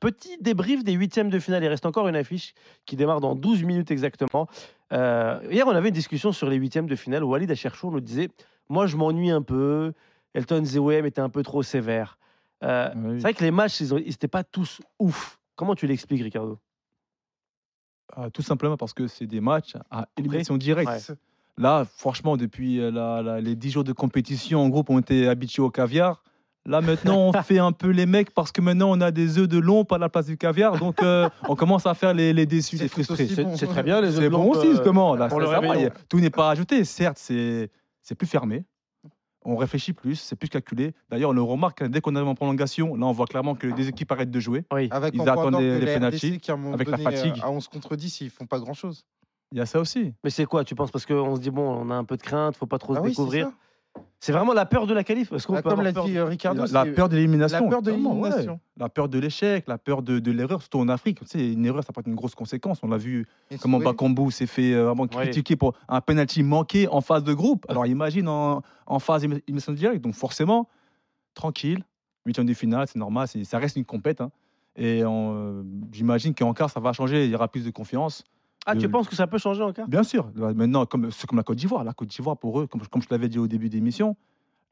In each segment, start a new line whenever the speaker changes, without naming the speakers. Petit débrief des huitièmes de finale. Il reste encore une affiche qui démarre dans 12 minutes exactement. Euh, hier, on avait une discussion sur les huitièmes de finale où Walid Acherchour nous disait Moi, je m'ennuie un peu. Elton Zewem était un peu trop sévère. Euh,
Oui.
C'est vrai que les matchs, ils n'étaient pas tous ouf. Comment tu l'expliques, Ricardo
Euh, tout simplement parce que c'est des matchs à élimination directe.
Ouais.
Là, franchement, depuis euh, la- la- les 10 jours de compétition, en groupe, on était habitués au caviar. Là, maintenant, on fait un peu les mecs parce que maintenant, on a des œufs de lompe à la place du caviar. Donc, euh, on commence à faire les, les déçus,
C'est
les
tout
frustrés.
aussi
C'est
bon,
c'est
ouais.
très bien, les
C'est
œufs
bon
blancs,
aussi,
euh,
justement. Là,
pour
ça-
le
ça va,
réveillon.
y a- tout n'est pas ajouté. Certes, c'est c'est plus fermé. On réfléchit plus, c'est plus calculé. D'ailleurs, on le remarque hein, dès qu'on arrive en prolongation. Là, on voit clairement que les deux équipes arrêtent de jouer.
Oui.
Avec
Ils
en
attendent
pointant
les- les
que la RDC,
pénaltys,
qui, à un moment
avec la
donné, euh,
fatigue.
À 11 contre 10, ils font pas grand chose.
Il y a ça aussi.
Mais c'est quoi, tu penses Parce qu'on se dit Bon, on a un peu de crainte, faut pas trop se
Ah oui, c'est
découvrir.
ça.
C'est vraiment la peur de la qualif. Parce qu'on
Ah,
peut
Comme
avoir
l'a
peur
dit euh, Ricardo,
la,
c'est-
peur de l'élimination.
la peur de
clairement, ouais.
l'élimination.
La peur de l'échec, la peur de, de l'erreur, surtout en Afrique. Tu sais, une erreur, ça porte une grosse conséquence. On l'a vu,
Et
comment
Soué-
Bakambu s'est fait euh, vraiment
Ouais.
critiquer pour un penalty manqué en phase de groupe. Alors imagine en, en phase émi- émission directe. Donc forcément, tranquille, huitième de finale, c'est normal, c'est- ça reste une compète. hein. Et on, euh, j'imagine qu'en quart, ça va changer. Il y aura plus de confiance.
Ah, tu
de-
penses que ça peut changer en cas
Bien sûr. Là, Maintenant, comme, c'est comme la Côte d'Ivoire. La Côte d'Ivoire, pour eux, comme, je- comme je l'avais dit au début d'émission,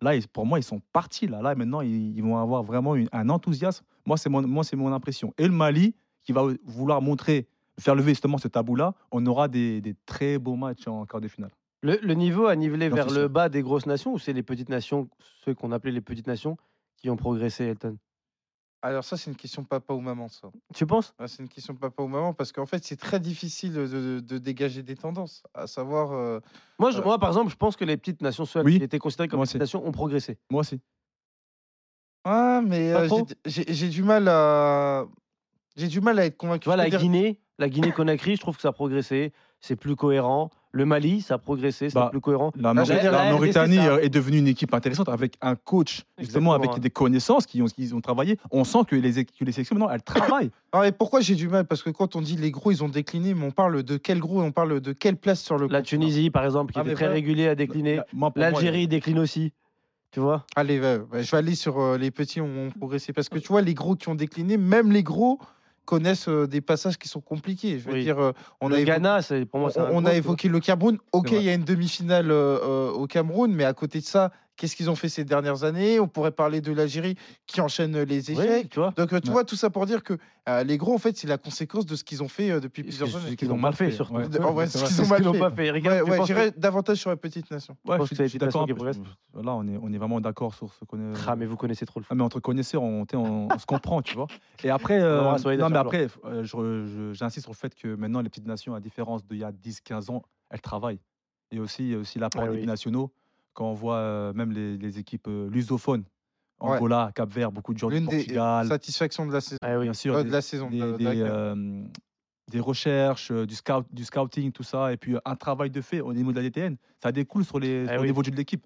là, ils- pour moi, ils sont partis. Là, là maintenant, ils, ils vont avoir vraiment une- un enthousiasme. Moi, c'est mon, moi, c'est mon impression. Et le Mali, qui va vouloir montrer, faire lever justement ce tabou-là, on aura des, des très beaux matchs en quart de finale.
le, le niveau a nivelé
Non,
vers
c'est
le
sûr.
bas des grosses nations ou c'est les petites nations, ceux qu'on appelait les petites nations, qui ont progressé, Elton
Alors ça, c'est une question papa ou maman, ça.
Tu penses
Ah, c'est une question papa ou maman, parce qu'en fait, c'est très difficile de, de- de dégager des tendances, à savoir... euh,
moi, je-
Euh,
moi, par exemple, je pense que les petites nations, celles
oui,
qui étaient considérées comme
moi
des petites nations, ont progressé.
Moi aussi.
Ah, mais
Pas
euh, j'ai-
trop
j'ai j'ai du mal à... J'ai du mal à être convaincu.
Tu vois,
Je peux
la
dire-
Guinée, la Guinée-Conakry, je trouve que ça a progressé, c'est plus cohérent. Le Mali, ça a progressé, c'est
Bah,
plus cohérent.
La,
Là, je veux
Mauri-
dire,
la
la RDC,
Mauritanie
ça-
euh, est devenue une équipe intéressante avec un coach, justement,
Exactement,
avec
hein.
des connaissances qui ont, qui ont travaillé. On sent que les, é- que les sélections, maintenant, elles travaillent.
Ah, et pourquoi j'ai du mal Parce que quand on dit les gros, ils ont décliné, mais on parle de quel gros et on parle de quelle place sur le
La
continent.
Tunisie, par exemple, qui
Ah,
était
mais
très
voilà.
régulier à décliner.
Moi, pour moi,
L'Algérie décline aussi. Tu vois
Allez, va- va- je vais aller sur euh, les petits ont,
Mmh.
ont progressé. Parce que tu vois, les gros qui ont décliné, même les gros connaissent euh, des passages qui sont compliqués. Je veux
Oui.
dire, euh, on
Le
a évoqué-
Ghana, c'est- pour moi, c'est
on,
un
on
gros,
a
tu
évoqué le Cameroun. Ok,
vrai.
il y a une demi-finale euh, euh, au Cameroun, mais à côté de ça, qu'est-ce qu'ils ont fait ces dernières années On pourrait parler de l'Algérie qui enchaîne euh, les
vois. Oui,
échecs.
tu vois
Donc, euh, tu
Ouais.
vois, tout ça pour dire que euh, les gros, en fait, c'est la conséquence de ce qu'ils ont fait euh, depuis
Ce
plusieurs années.
qu'ils ont mal fait, surtout.
ouais.
En vrai,
C'est
ce
vrai.
qu'ils ont
Ils
mal
l'ont
fait.
pas fait. Regarde,
Ouais,
tu
ouais,
penses que-
j'irais davantage sur la petite nation.
Ouais,
pense que c'est
je
la
suis
situation
d'accord.
qui progresse.
Là, on est, on est vraiment d'accord sur ce qu'on est.
Ah, mais vous connaissez trop le
Ah,
foot.
mais entre connaisseurs, on, t'es, on- on se comprend, tu vois. Et après,
On
euh,
embrasse Walid
non, mais
Acharchour.
après euh, je re- je- j'insiste sur le fait que maintenant, les petites nations, à différence d'il y a 10-15 ans, elles travaillent. Et aussi, il y a aussi l'apport
Ah
des
oui.
nationaux, quand on voit euh, même les, les équipes euh, lusophones,
Ouais.
Angola, Cap-Vert, beaucoup de gens du
L'une des
Portugal,
euh, satisfactions de la saison.
Ah oui.
bien sûr,
euh,
des-
de la saison. de
des,
la- de
des,
la-
euh, des recherches, euh, du, scout, du scouting, tout ça, et puis euh, un travail de fait au niveau de la DTN. Ça découle sur les,
Eh
sur le
oui.
niveau de l'équipe.